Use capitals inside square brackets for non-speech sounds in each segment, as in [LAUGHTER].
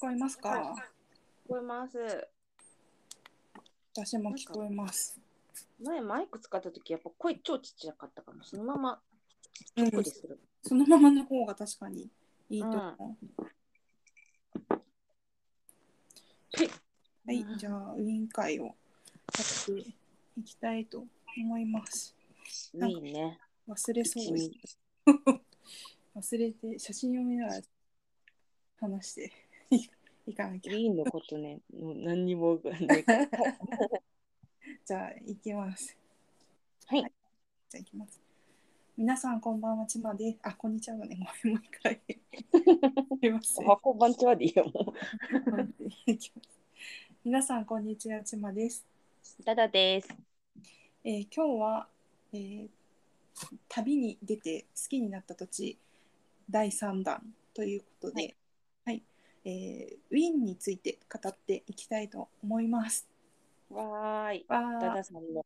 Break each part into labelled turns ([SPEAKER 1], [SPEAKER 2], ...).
[SPEAKER 1] こえますか
[SPEAKER 2] 聞こえます。
[SPEAKER 1] 私も聞こえます。
[SPEAKER 2] 前マイク使った時やっぱ声超ちっちゃかったからそのまま
[SPEAKER 1] うん
[SPEAKER 2] 声でする。
[SPEAKER 1] そのままの方が確かにいいと思う。
[SPEAKER 2] はい
[SPEAKER 1] はい
[SPEAKER 2] うん、
[SPEAKER 1] じゃあ委員会をやっていきたいと思います。
[SPEAKER 2] いいね。
[SPEAKER 1] 忘れそう
[SPEAKER 2] 君
[SPEAKER 1] [LAUGHS] 忘れて写真を見ながら話していいかなきゃ。
[SPEAKER 3] リーンのことね、もう何にもわかん [LAUGHS] ないから。
[SPEAKER 1] じゃあ行きます。
[SPEAKER 3] はい
[SPEAKER 1] じゃあ行きます。皆さんこんばんはちまです。あこんにちはだね。ごめんもう一回。すいません。
[SPEAKER 3] 箱番 [LAUGHS] ちはでいいよ、も
[SPEAKER 1] 皆さんこんにちはちまです。
[SPEAKER 3] う。ダダです。
[SPEAKER 1] えー今日は、えー旅に出て好きになった土地第3弾ということで、はいえーウィーンについて語っていきたいと思います。
[SPEAKER 3] わーい。
[SPEAKER 1] わ
[SPEAKER 3] ダ
[SPEAKER 1] ー
[SPEAKER 3] ダさんの、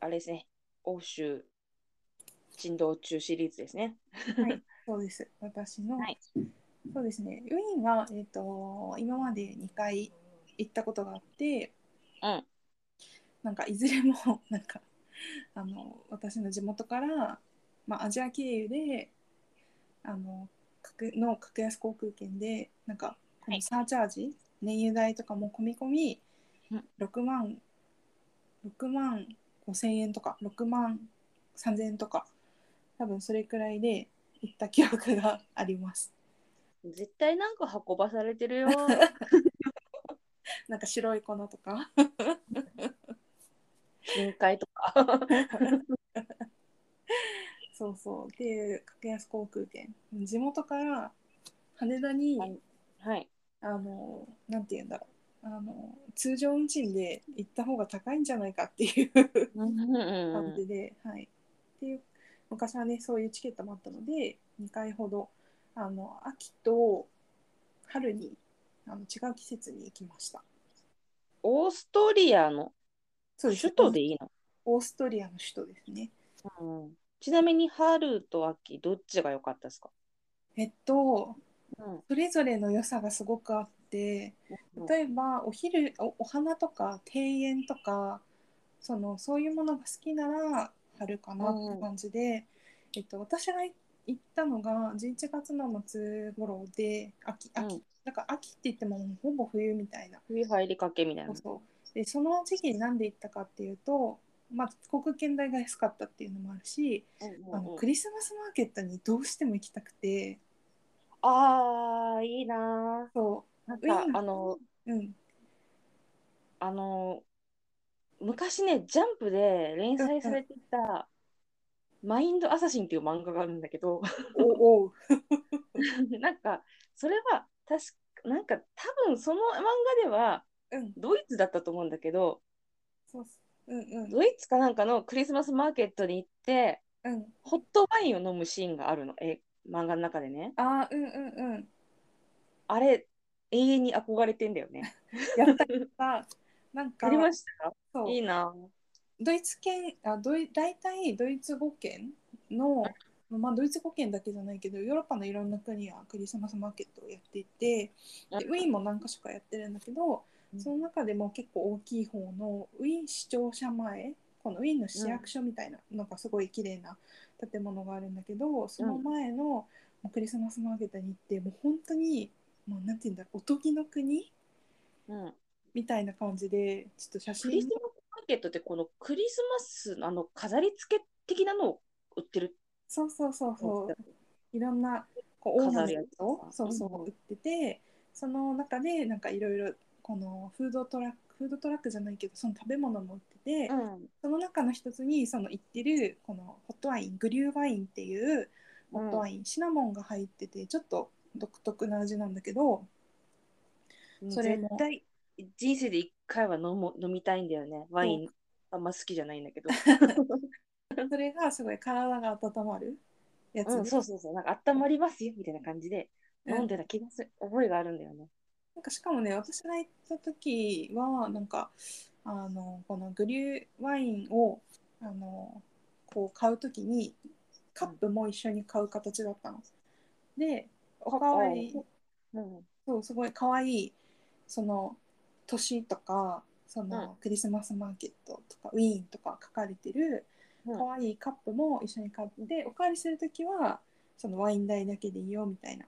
[SPEAKER 3] あれですね、欧州人道中シリーズですね。
[SPEAKER 1] そうです私の、
[SPEAKER 3] はい
[SPEAKER 1] そうですねウィーンは、えー、と今まで2回行ったことがあって、
[SPEAKER 3] うん
[SPEAKER 1] なんかいずれも [LAUGHS] なんかあの私の地元から、まあ、アジア経由であの格の格安航空券でなんかこ
[SPEAKER 3] は
[SPEAKER 1] の
[SPEAKER 3] い
[SPEAKER 1] サーチャージ、燃油代とかも込み込み
[SPEAKER 3] うん
[SPEAKER 1] 6万6万5千円とか6万3千円とか多分それくらいで行った記憶があります
[SPEAKER 3] 絶対なんか運ばされてる [LAUGHS] よ。
[SPEAKER 1] なんか白い粉とか [LAUGHS]
[SPEAKER 3] 金塊とか。
[SPEAKER 1] そうそうで格安航空券地元から羽田に、
[SPEAKER 3] はいはい。
[SPEAKER 1] あのなんて言うんだろうあの通常運賃で行った方が高いんじゃないかっていう
[SPEAKER 3] うんうんう
[SPEAKER 1] 感
[SPEAKER 3] ん
[SPEAKER 1] じで、はいっていう昔はねそういうチケットもあったので2回ほどあの秋と春にあの違う季節に行きました
[SPEAKER 3] オーストリアの
[SPEAKER 1] そうです
[SPEAKER 3] 首都でいいの、
[SPEAKER 1] オーストリアの首都ですね
[SPEAKER 3] うんちなみに春と秋どっちが良かったですか、
[SPEAKER 1] えっと
[SPEAKER 3] うん
[SPEAKER 1] それぞれの良さがすごくあって例えばお昼おお花とか庭園とかそのそういうものが好きなら春かなって感じで、えっと、私が行ったのが11月の末頃で秋秋、
[SPEAKER 3] うん
[SPEAKER 1] なんか秋って言ってももうほぼ冬みたいな
[SPEAKER 3] 冬入りかけみたい
[SPEAKER 1] そ
[SPEAKER 3] な
[SPEAKER 1] う。そうでその時期に何で行ったかっていうと、まあ、航空券代が安かったっていうのもあるし、
[SPEAKER 3] うん
[SPEAKER 1] あ
[SPEAKER 3] うんう
[SPEAKER 1] の
[SPEAKER 3] ん
[SPEAKER 1] クリスマスマーケットにどうしても行きたくて
[SPEAKER 3] あー、いいな
[SPEAKER 1] そ
[SPEAKER 3] ー。なん
[SPEAKER 1] ウィ
[SPEAKER 3] か
[SPEAKER 1] ーン
[SPEAKER 3] あの、
[SPEAKER 1] う、うん、
[SPEAKER 3] あの昔ね、ジャンプで連載されてた、マインドアサシンっていう漫画があるんだけど、 [LAUGHS]
[SPEAKER 1] おお
[SPEAKER 3] なんか、それは、確か、なんか、多分その漫画では、
[SPEAKER 1] うん
[SPEAKER 3] ドイツだったと思うんだけど、
[SPEAKER 1] そうそううんうん
[SPEAKER 3] ドイツかなんかのクリスマスマーケットに行って、
[SPEAKER 1] うん
[SPEAKER 3] ホットワインを飲むシーンがあるの、え、漫画の中でね。
[SPEAKER 1] あーうんうんうん
[SPEAKER 3] あれ、永遠に憧れてんだよね。
[SPEAKER 1] やったやったなんか
[SPEAKER 3] やりました
[SPEAKER 1] そう
[SPEAKER 3] いいな。
[SPEAKER 1] ドイツ圏あドイ大体ドイツ語圏の、まあ、ドイツ語圏だけじゃないけどヨーロッパのいろんな国はクリスマスマーケットをやっていてでウィーンも何か所かやってるんだけどその中でも結構大きい方のウィーン市庁舎前このウィーンの市役所みたいな、なんかすごい綺麗な建物があるんだけどその前のもうクリスマスマーケットに行ってもう本当に、まあ、なんて言うんだろうおとぎの国
[SPEAKER 3] うん
[SPEAKER 1] みたいな感じでちょっと写
[SPEAKER 3] クリス
[SPEAKER 1] 真
[SPEAKER 3] マスマーケットってこのクリスマスのあの飾り付け的なのを売ってる
[SPEAKER 1] そうそうそうそう
[SPEAKER 3] う
[SPEAKER 1] いろんなこうオーナ
[SPEAKER 3] 飾る
[SPEAKER 1] メ
[SPEAKER 3] や
[SPEAKER 1] ン
[SPEAKER 3] つ
[SPEAKER 1] トをそうそううん売っててその中でなんかいろいろこのフードトラックフードトラックじゃないけどその食べ物も売ってて、
[SPEAKER 3] ん
[SPEAKER 1] その中の一つにその行ってるこのホットワイングリューワインっていうホットワイン、シナモンが入っててちょっと独特な味なんだけどそれも
[SPEAKER 3] 絶対人生で一回は飲も飲みたいんだよねワインあんま好きじゃないんだけど、
[SPEAKER 1] それがすごい体が温まるやつで、
[SPEAKER 3] うん、そうそうそうなんか温まりますよみたいな感じで
[SPEAKER 1] うん
[SPEAKER 3] 飲んでた気がする、覚えがあるんだよね
[SPEAKER 1] なんかしかもね私が行った時はなんかあのこのグリューワインをあのこう買う時にカップも一緒に買う形だったの。でおかわり
[SPEAKER 3] うん
[SPEAKER 1] そうすごい可愛いその年とかその、
[SPEAKER 3] う
[SPEAKER 1] クリスマスマーケットとかウィーンとか書かれてる
[SPEAKER 3] うん
[SPEAKER 1] 可愛いカップも一緒に買っておかわりする時はそのワイン代だけでいいよみたいな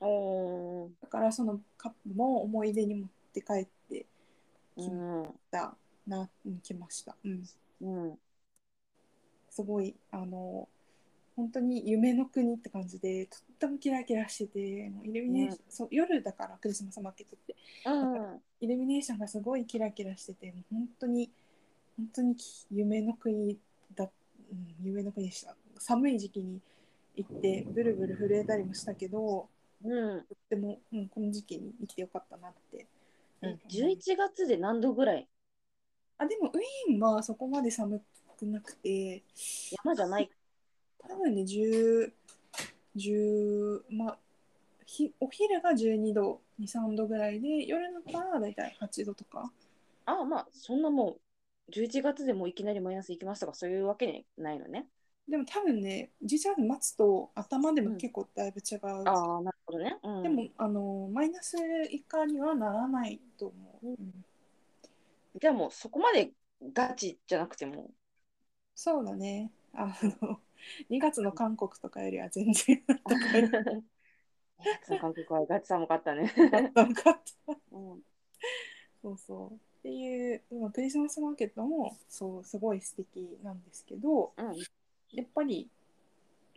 [SPEAKER 3] おー
[SPEAKER 1] だからそのカップも思い出に持って帰って
[SPEAKER 3] うん
[SPEAKER 1] たなうんきました、うん、
[SPEAKER 3] うん
[SPEAKER 1] すごいあの本当に夢の国って感じでとってもキラキラしててもうイルミネーション、そう夜だからクリスマスマーケットって
[SPEAKER 3] うん
[SPEAKER 1] イルミネーションがすごいキラキラしててもう本当に本当に夢の国だ、うん、夢の国でした寒い時期に行ってブルブル震えたりもしたけど
[SPEAKER 3] うん
[SPEAKER 1] とっても、うん、この時期に行ってよかったなって、うん
[SPEAKER 3] え11月で何度ぐらい
[SPEAKER 1] あでもウィーンはそこまで寒くなくて
[SPEAKER 3] 山じゃない
[SPEAKER 1] 多分ね10 10まあひお昼が12度23度ぐらいで夜になったら大体8度とか
[SPEAKER 3] あまあそんなもう11月でもういきなりマイナス行きましたがそういうわけないのね
[SPEAKER 1] でも多分ね11月待つと頭でも結構だいぶ違う、
[SPEAKER 3] ああなるほどね、うん、
[SPEAKER 1] でもあのマイナス以下にはならないと思う、うん
[SPEAKER 3] じゃあもうそこまでガチじゃなくても
[SPEAKER 1] そうだねあの2月の韓国とかよりは全
[SPEAKER 3] [LAUGHS]
[SPEAKER 1] 然暖かい
[SPEAKER 3] その感覚はガチ寒かったね、
[SPEAKER 1] 暖かった
[SPEAKER 3] うん
[SPEAKER 1] そうそう。っていう、まあクリスマスマーケットもそうすごい素敵なんですけど、
[SPEAKER 3] うん
[SPEAKER 1] やっぱり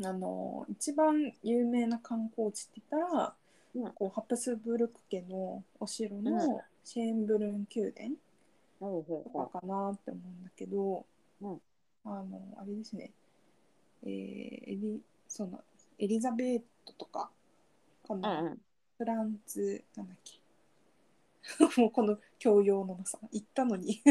[SPEAKER 1] あの一番有名な観光地って言ったら、
[SPEAKER 3] うん
[SPEAKER 1] こうハプスブルク家のお城
[SPEAKER 3] うん
[SPEAKER 1] のシェーンブルン宮殿
[SPEAKER 3] ほうほう
[SPEAKER 1] と
[SPEAKER 3] ほ
[SPEAKER 1] かかなって思うんだけど、
[SPEAKER 3] うん
[SPEAKER 1] あのあれですね、えーエリそのエリザベートとかか
[SPEAKER 3] うう
[SPEAKER 1] な、
[SPEAKER 3] んうん
[SPEAKER 1] フランツなんだっけ [LAUGHS] もうこの教養のなさ行ったのに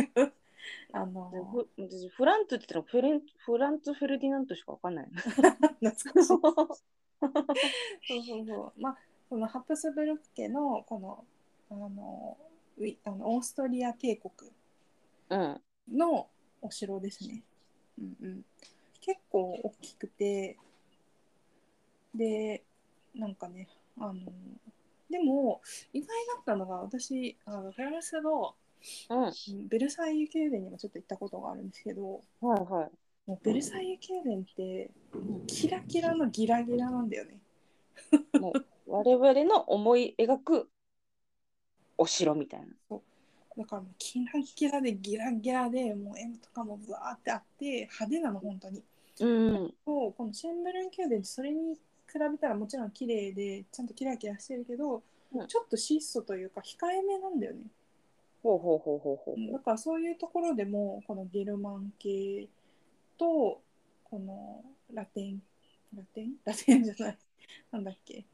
[SPEAKER 1] [LAUGHS] あの
[SPEAKER 3] ふ私フランツって言ったらフレンフランツ・フェルディナントしかわかんない。
[SPEAKER 1] 懐かしい [LAUGHS] そう
[SPEAKER 3] [LAUGHS]
[SPEAKER 1] そうそうまあそのハプスブルク家のこのあのウィあのオーストリア帝国
[SPEAKER 3] うん、
[SPEAKER 1] のお城ですね、うんうん、結構大きくてでなんかねあのでも意外だったのが私あのフランスの
[SPEAKER 3] うん、はい
[SPEAKER 1] ベルサイユ宮殿にもちょっと行ったことがあるんですけども
[SPEAKER 3] は
[SPEAKER 1] うベルサイユ宮殿ってもうキラキラのギラギラなんだよね。
[SPEAKER 3] い。もう我々の思い描くお城みたいな。
[SPEAKER 1] だからもうキラキラでギラギラでもう絵とかもぶわーってあって派手なの本当に。
[SPEAKER 3] うん、
[SPEAKER 1] そうこのシェンブルン宮殿ってそれに比べたらもちろん綺麗でちゃんとキラキラしてるけど、
[SPEAKER 3] うん
[SPEAKER 1] ちょっと質素というか控えめなんだよね。
[SPEAKER 3] ほうほうほうほうほ
[SPEAKER 1] だからそういうところでもこのゲルマン系とこのラテンラテンラテンじゃないなんだっけ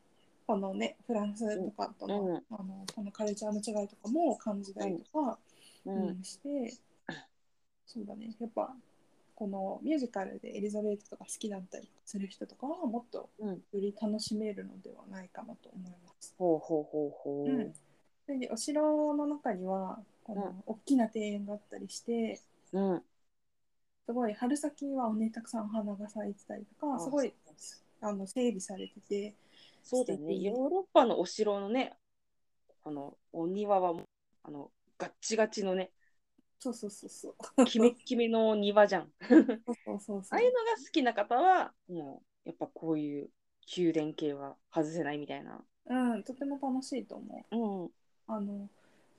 [SPEAKER 1] このねフランスとかとの,、
[SPEAKER 3] うんうん
[SPEAKER 1] あのこのカルチャーの違いとかも感じたりとか、
[SPEAKER 3] う。
[SPEAKER 1] う
[SPEAKER 3] うん
[SPEAKER 1] ん、して、そうだねやっぱこのミュージカルでエリザベートとか好きだったりする人とかはもっと
[SPEAKER 3] うん
[SPEAKER 1] より楽しめるのではないかなと思います。
[SPEAKER 3] ほうほうほうほう。
[SPEAKER 1] うんそれでお城の中にはこの大きな庭園があったりして
[SPEAKER 3] うん。
[SPEAKER 1] すごい春先はおねたくさんお花が咲いてたりとかすごいあの整備されてて
[SPEAKER 3] そうだね。ヨーロッパのお城のね、このお庭はもうあのガッチガチの [LAUGHS] ね、
[SPEAKER 1] そうそうそうそう
[SPEAKER 3] キメッキメの庭じゃん。
[SPEAKER 1] そうそうそう
[SPEAKER 3] ああいうのが好きな方は、もうやっぱこういう宮殿系は外せないみたいな。
[SPEAKER 1] うんとても楽しいと思う。
[SPEAKER 3] うん。
[SPEAKER 1] あの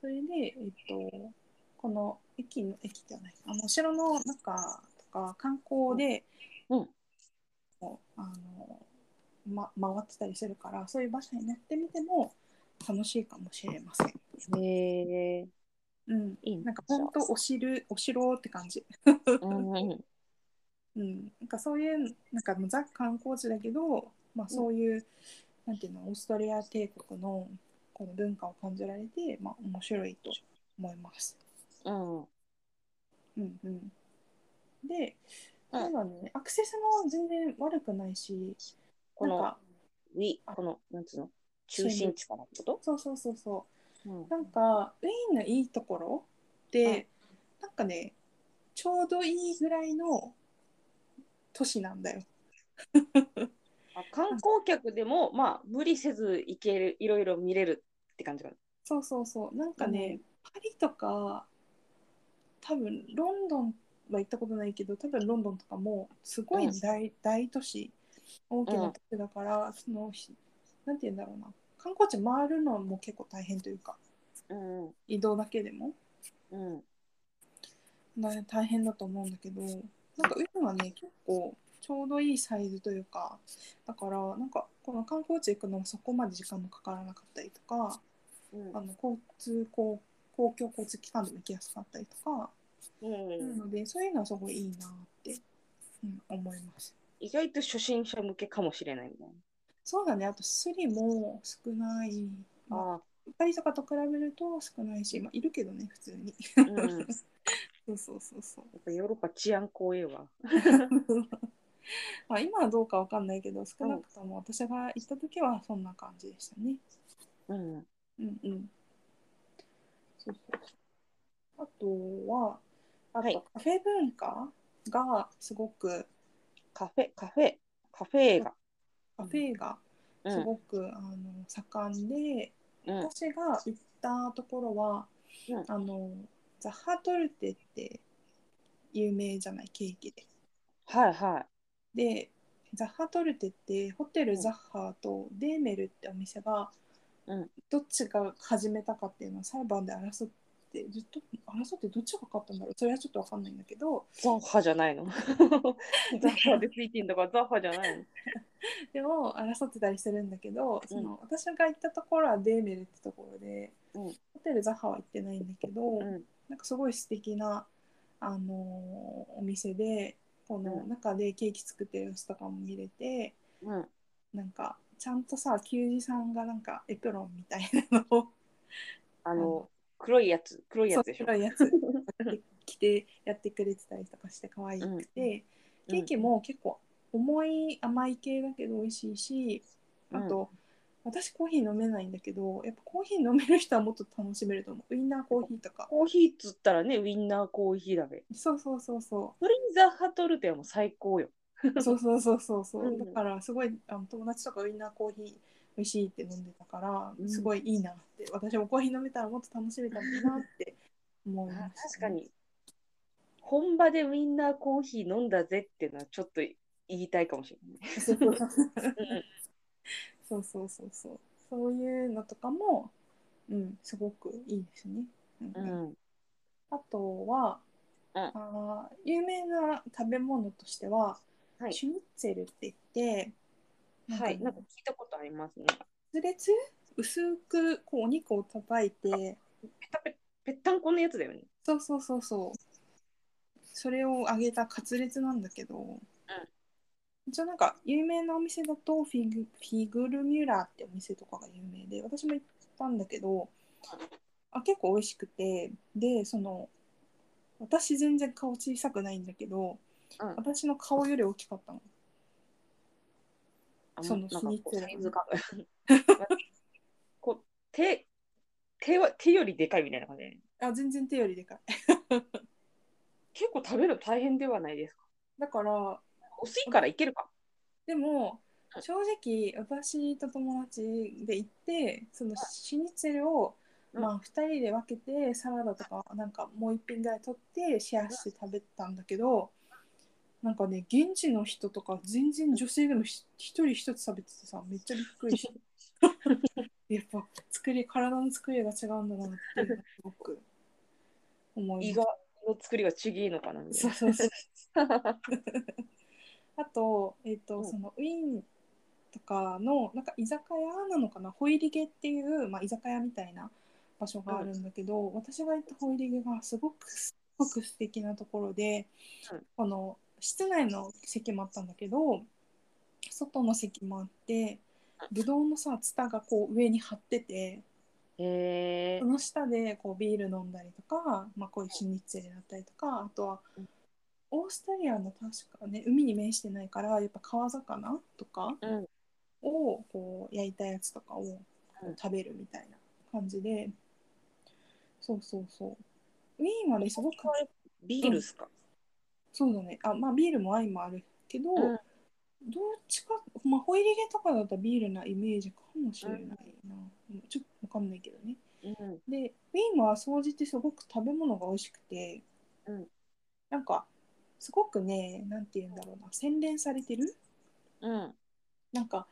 [SPEAKER 1] それで、えっと、この駅の駅じゃないあのお城の中とか観光で、
[SPEAKER 3] うんうん
[SPEAKER 1] こうあのま、回ってたりするからそういう場所になってみても楽しいかもしれません。
[SPEAKER 3] へえ。
[SPEAKER 1] うん、
[SPEAKER 3] いいね
[SPEAKER 1] なんか本当お城お城って感じ。
[SPEAKER 3] うんうん
[SPEAKER 1] うん、なんかそういうなんかもうザ観光地だけど、まあ、そういう、なんていうのオーストリア帝国のこの文化を感じられて、まあ、面白いと思います。
[SPEAKER 3] うん。
[SPEAKER 1] うんうん、で、
[SPEAKER 3] うん
[SPEAKER 1] そうだね、アクセスも全然悪くないし、
[SPEAKER 3] こ
[SPEAKER 1] なん
[SPEAKER 3] の
[SPEAKER 1] か、
[SPEAKER 3] ウィ、この、なんつうの中心地からってこと
[SPEAKER 1] そうそうそうそうう、なんか、ウィーンのいいところって、なんかね、ちょうどいいぐらいの都市なんだよ。
[SPEAKER 3] あ観光客でも、まあ、無理せず行ける、いろいろ見れるって感じかな。
[SPEAKER 1] そうそうそうなんかね、パリとか多分ロンドンは行ったことないけど多分ロンドンとかもすごい大,、大都市大きな都市だから、そのひなんて言うんだろうな観光地回るのも結構大変というか
[SPEAKER 3] うん
[SPEAKER 1] 移動だけでも
[SPEAKER 3] うん。
[SPEAKER 1] だ大変だと思うんだけどなんかウィンはね結構ちょうどいいサイズというかだからなんかこの観光地行くのもそこまで時間もかからなかったりとか
[SPEAKER 3] うん
[SPEAKER 1] あの交通公公共交通機関でも行きやすかったりとか
[SPEAKER 3] うん
[SPEAKER 1] なのでそういうのはすごいいいなって、うん、思います。
[SPEAKER 3] 意外と初心者向けかもしれないみたい
[SPEAKER 1] そうだねあとスリも少ない、
[SPEAKER 3] な。
[SPEAKER 1] まあ、
[SPEAKER 3] ああ、
[SPEAKER 1] パリとかと比べると少ないし、まあ、いるけどね普通に。
[SPEAKER 3] うん。や
[SPEAKER 1] [LAUGHS] そうそうそうそう。
[SPEAKER 3] っぱヨーロッパ治安怖えわ。
[SPEAKER 1] まあ今はどうかわかんないけど少なくとも私が行った時はそんな感じでしたね。
[SPEAKER 3] うん。
[SPEAKER 1] うんうん。そうそう。あとはあ
[SPEAKER 3] はい
[SPEAKER 1] とカフェ文化がすごく
[SPEAKER 3] カフェ、カフェ、カフェ映画。
[SPEAKER 1] カフェが
[SPEAKER 3] う
[SPEAKER 1] す
[SPEAKER 3] ん。
[SPEAKER 1] ごく、あの盛んで、
[SPEAKER 3] うん。
[SPEAKER 1] 私が行ったところは、
[SPEAKER 3] うん
[SPEAKER 1] あのザッハトルテって有名じゃないケーキで。
[SPEAKER 3] はいは
[SPEAKER 1] でザッハトルテってホテル
[SPEAKER 3] うん
[SPEAKER 1] ザッハとデーメルってお店が、
[SPEAKER 3] うん
[SPEAKER 1] どっちが始めたかっていうのを裁判で争ってずっと争ってどっちが勝ったんだろうそれはちょっと分かんないんだけど
[SPEAKER 3] い。ザッハじゃ [LAUGHS] ないの。ザッハでついてんだからザッハじゃないの。
[SPEAKER 1] でも争ってたりするんだけどその、
[SPEAKER 3] う
[SPEAKER 1] 私が行ったところはデーメルってところで、
[SPEAKER 3] うん
[SPEAKER 1] ホテルザッハは行ってないんだけど、
[SPEAKER 3] うん。
[SPEAKER 1] なんかすごい素敵なあのーお店でこの
[SPEAKER 3] うん
[SPEAKER 1] 中でケーキ作ってる様子とかも見れて、
[SPEAKER 3] うん。
[SPEAKER 1] なんかちゃんとさ給仕さんがなんかエプロンみたいなのを
[SPEAKER 3] あの、黒いやつ、黒いやつでしょ。
[SPEAKER 1] そう黒いやつ着てやってくれてたりとかして可愛くて、ケーキも結構重い甘い系だけど美味しいしあと、私コーヒー飲めないんだけどやっぱコーヒー飲める人はもっと楽しめると思うウインナーコーヒーとか
[SPEAKER 3] コーヒーっつったらね、ウィンナーコーヒーだべ。
[SPEAKER 1] そうそうそうそう
[SPEAKER 3] それにザッハトルテはもう最高よ。
[SPEAKER 1] そうそうそうそうそう、
[SPEAKER 3] うん
[SPEAKER 1] だからすごいあの友達とかウインナーコーヒー美味しいって飲んでたから、
[SPEAKER 3] うん
[SPEAKER 1] すごいいいなって私もコーヒー飲めたらもっと楽しめたのになって思いま
[SPEAKER 3] あ
[SPEAKER 1] す、
[SPEAKER 3] 確
[SPEAKER 1] [LAUGHS]
[SPEAKER 3] かに本場でウインナーコーヒー飲んだぜっていうのはちょっと言いたいかもしれ
[SPEAKER 1] そうそうそう
[SPEAKER 3] [LAUGHS] ない。
[SPEAKER 1] そうそうそうそうそういうのとかも、うん、すごくいいですね、うん
[SPEAKER 3] うんうん
[SPEAKER 1] あとは、
[SPEAKER 3] うん
[SPEAKER 1] あー有名な食べ物としては、
[SPEAKER 3] はい
[SPEAKER 1] シュニッツェルって言ってなんか
[SPEAKER 3] は
[SPEAKER 1] ね
[SPEAKER 3] い、なんか聞いたことありますね。
[SPEAKER 1] 薄裂薄くこうお肉を叩いて
[SPEAKER 3] ペタペぺったんこのやつだよね。
[SPEAKER 1] そうそうそうそう。それを揚げたカツレツなんだけど、一応なんか有名なお店だとフィグフィグルミュラーってお店とかが有名で私も行ったんだけどあ結構美味しくてでその私全然顔小さくないんだけど、
[SPEAKER 3] うん
[SPEAKER 1] 私の顔より大きかったの
[SPEAKER 3] あ
[SPEAKER 1] その
[SPEAKER 3] なんかこ
[SPEAKER 1] 秘密
[SPEAKER 3] うサイズ感 [LAUGHS] こう手手は手よりでかいみたいな感じだよね。
[SPEAKER 1] あ全然手よりでかい
[SPEAKER 3] 結構食べるの大変ではないですか。
[SPEAKER 1] だから
[SPEAKER 3] 薄いからいけるか。
[SPEAKER 1] でも
[SPEAKER 3] うん
[SPEAKER 1] 正直私と友達で行ってそのシニツェルを、
[SPEAKER 3] うん
[SPEAKER 1] まあ、2人で分けてサラダとかなんかもう一品ぐらい取ってシェアして食べたんだけどなんかね現地の人とか全然女性でもひ一人一つ食べててさめっちゃびっくりして
[SPEAKER 3] [LAUGHS]
[SPEAKER 1] やっぱ作り体の作りが違うんだなっていうのがすごく思い
[SPEAKER 3] 胃
[SPEAKER 1] ま
[SPEAKER 3] が
[SPEAKER 1] す。
[SPEAKER 3] の作りがちぎいのかなみた
[SPEAKER 1] そ
[SPEAKER 3] いうな。
[SPEAKER 1] そうそう [LAUGHS] あと,、えっと
[SPEAKER 3] うん
[SPEAKER 1] そのウィーンとかのなんか居酒屋なのかなホイリゲっていう、まあ、居酒屋みたいな場所があるんだけど、私が行ったホイリゲがすごくすごく素敵なところで、
[SPEAKER 3] うん
[SPEAKER 1] この室内の席もあったんだけど外の席もあってぶどうのさツタがこう上に張ってて
[SPEAKER 3] へえ
[SPEAKER 1] そ。の下でこうビール飲んだりとか、まあ、こういうシュニッツェルだったりとかあとは
[SPEAKER 3] うん
[SPEAKER 1] オーストリアの確かね海に面してないからやっぱ川魚とか
[SPEAKER 3] うん
[SPEAKER 1] をこう焼いたやつとかをこ
[SPEAKER 3] う
[SPEAKER 1] うん食べるみたいな感じで、そうそうそうウィーンはねすごく
[SPEAKER 3] ビールっすか。
[SPEAKER 1] そうだねあまあビールもワインもあるけど、
[SPEAKER 3] うん
[SPEAKER 1] どっちか、まあ、ホイルゲとかだったらビールなイメージかもしれないな。うんちょっとわかんないけどね。
[SPEAKER 3] うん
[SPEAKER 1] で、ウィーンは掃除ってすごく食べ物が美味しくて、
[SPEAKER 3] うん
[SPEAKER 1] なんか、すごくね、なんて言うんだろうな、洗練されてる
[SPEAKER 3] うん
[SPEAKER 1] なんか、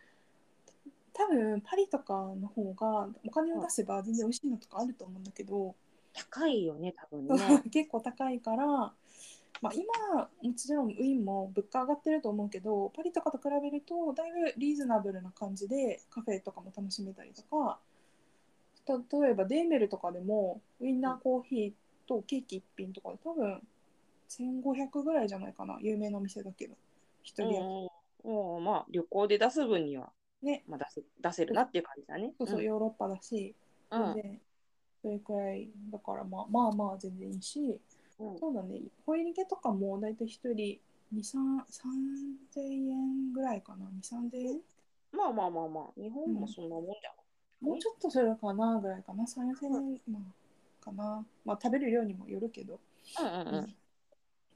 [SPEAKER 1] 多分パリとかの方がお金を出せば全然美味しいのとかあると思うんだけど、
[SPEAKER 3] 高いよね多分 [LAUGHS] ね
[SPEAKER 1] [LAUGHS] 結構高いから、まあ、今もちろんウィーンも物価上がってると思うけどパリとかと比べるとだいぶリーズナブルな感じでカフェとかも楽しめたりとかた例えばデーメルとかでもウインナーコーヒーとケーキ一品とかで多分1500ぐらいじゃないかな有名なお店だけど一
[SPEAKER 3] うん
[SPEAKER 1] 人焼
[SPEAKER 3] うんもうまあ旅行で出す分には、
[SPEAKER 1] ね
[SPEAKER 3] まあ、出せ出せるなっていう感じだね。
[SPEAKER 1] き、そうそうヨーロッパだし、
[SPEAKER 3] うんうん
[SPEAKER 1] 全然それくらいだからまあまあまあ全然いいし、
[SPEAKER 3] うん
[SPEAKER 1] そうだねホイルゲとかも大体一人23 3000円ぐらいかな23000円
[SPEAKER 3] まあまあまあまあ日本もそんなもんじ
[SPEAKER 1] もうちょっとするかなぐらいかな3000円、まあ、かなまあ食べる量にもよるけど、
[SPEAKER 3] ゃん。うんうんうん
[SPEAKER 1] うん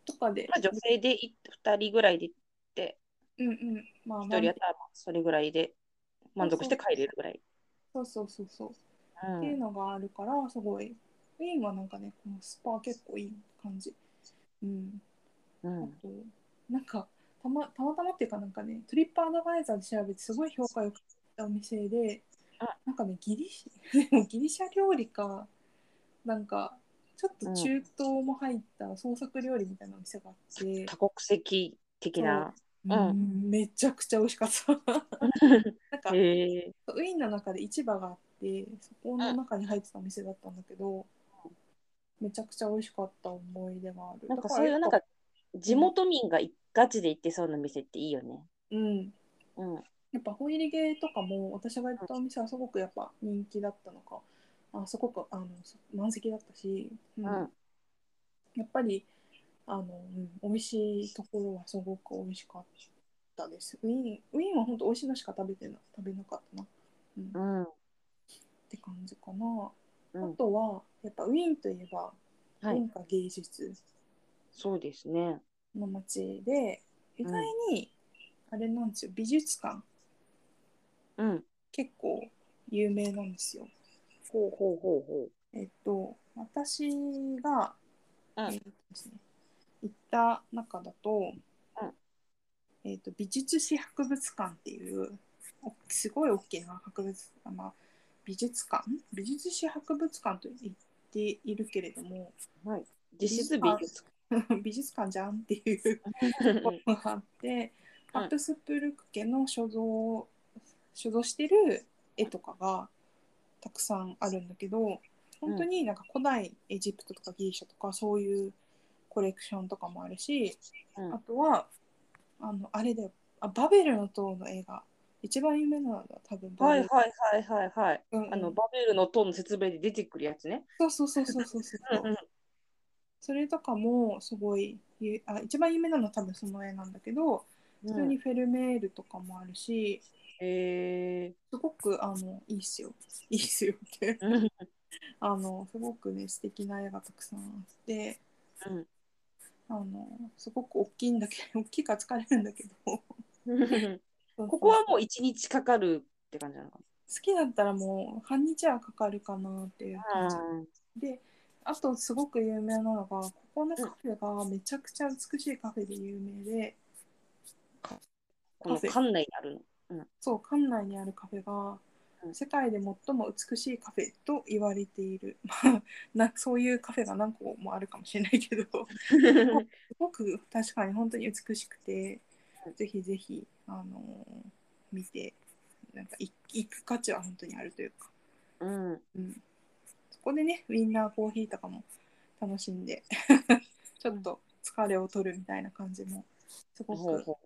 [SPEAKER 1] とかで
[SPEAKER 3] まあ、女性でい2人ぐらいで行って
[SPEAKER 1] うんうんまあ
[SPEAKER 3] 1
[SPEAKER 1] まあ
[SPEAKER 3] 人やったらまあそれぐらいで満足して帰れるぐらい。
[SPEAKER 1] そうそうそうそう、
[SPEAKER 3] う
[SPEAKER 1] っていうんのがあるからすごいウィーンはなんかねこのスパ結構いい感じうん
[SPEAKER 3] うん
[SPEAKER 1] あとなんかたまたまたまっていうかなんかねトリップアドバイザーで調べてすごい評価良かったお店で
[SPEAKER 3] あ
[SPEAKER 1] なんかねギリシ [LAUGHS] でもギリシャ料理かなんかちょっと中東も入った創作料理みたいなお店があって、
[SPEAKER 3] 多国籍的な。ん
[SPEAKER 1] うんめちゃくちゃ美味しかった
[SPEAKER 3] [LAUGHS]
[SPEAKER 1] なんかウ
[SPEAKER 3] へえ。
[SPEAKER 1] ィーンの中で市場があってそこの中に入ってたお店だったんだけど、めちゃくちゃ美味しかった思い出がある
[SPEAKER 3] なんか
[SPEAKER 1] だら
[SPEAKER 3] そういうなんか
[SPEAKER 1] やっ
[SPEAKER 3] 地元民がいガチで行ってそうな店っていいよね。
[SPEAKER 1] ぱうん
[SPEAKER 3] うん。
[SPEAKER 1] やっぱホイルゲとかも私が行ったお店はすごくやっぱ人気だったのかあすごくあのそ満席だったし、うん
[SPEAKER 3] うん
[SPEAKER 1] やっぱりあの、うん、美味しいところはすごく美味しかったですウィーンウィーンは本当美味しいのしか食べてな食べなかったな、うんっ
[SPEAKER 3] うん。
[SPEAKER 1] て感じかな、
[SPEAKER 3] うん
[SPEAKER 1] あとはやっぱウィーンといえば
[SPEAKER 3] はい
[SPEAKER 1] 文化芸術
[SPEAKER 3] そうですね。
[SPEAKER 1] の街で、意外にあれなんですよ美術館
[SPEAKER 3] うん。
[SPEAKER 1] 結構有名なんですよ
[SPEAKER 3] ほうほうほうほう。
[SPEAKER 1] えっと、私が、
[SPEAKER 3] うん
[SPEAKER 1] えっとですね、行った中だと、
[SPEAKER 3] うん
[SPEAKER 1] えっと、美術史博物館っていうおすごい大きな博物、まあ、美術館美術史博物館と言っているけれども [LAUGHS]
[SPEAKER 3] 実質美術
[SPEAKER 1] 美術館じゃんっていう
[SPEAKER 3] 館。
[SPEAKER 1] ところがあって、
[SPEAKER 3] うん
[SPEAKER 1] ハプスプルク家の所蔵所蔵してる絵とかがたくさんあるんだけど本当になんか古代エジプトとかギリシャとかそういうコレクションとかもあるし、
[SPEAKER 3] うん
[SPEAKER 1] あとはあのあれだよあバベルの塔の絵が一番有名なのは多分バ
[SPEAKER 3] は
[SPEAKER 1] ベ
[SPEAKER 3] い
[SPEAKER 1] ル、
[SPEAKER 3] はいはいはいはい。
[SPEAKER 1] うんうん
[SPEAKER 3] あのバベルの塔の説明で出てくるやつね。
[SPEAKER 1] そうそうそうそうそうそう
[SPEAKER 3] うんうん
[SPEAKER 1] それとかもすごいゆあ一番有名なのは多分その絵なんだけど普通にフェルメールとかもあるし、
[SPEAKER 3] [LAUGHS] へえ。
[SPEAKER 1] すごくあのいいっすよ。いいっすよって。
[SPEAKER 3] うん
[SPEAKER 1] あのすごくね素敵な絵がたくさんあって
[SPEAKER 3] うん
[SPEAKER 1] あのすごく大きいんだけど大 [LAUGHS] きいから疲れるんだけど
[SPEAKER 3] ここはもう一日かかるって感じなのか
[SPEAKER 1] 好きだったらもう半日はかかるかなっていう
[SPEAKER 3] な。
[SPEAKER 1] 感じであとすごく有名なのがここのカフェがめちゃくちゃ美しいカフェで有名で
[SPEAKER 3] この館内にあるの。
[SPEAKER 1] そう館内にあるカフェが
[SPEAKER 3] うん
[SPEAKER 1] 世界で最も美しいカフェと言われている、 [LAUGHS] まあ、なそういうカフェが何個もあるかもしれないけど。すごく確かに本当に美しくて、ぜひぜひ、あのー見て、なんかい行く価値は本当にあるというか、
[SPEAKER 3] うん。
[SPEAKER 1] うん、そこでね、ウィンナーコーヒーとかも楽しん
[SPEAKER 3] [LAUGHS]
[SPEAKER 1] で、ちょっと疲れを取るみたいな感じもすご
[SPEAKER 3] ほう
[SPEAKER 1] く
[SPEAKER 3] ほ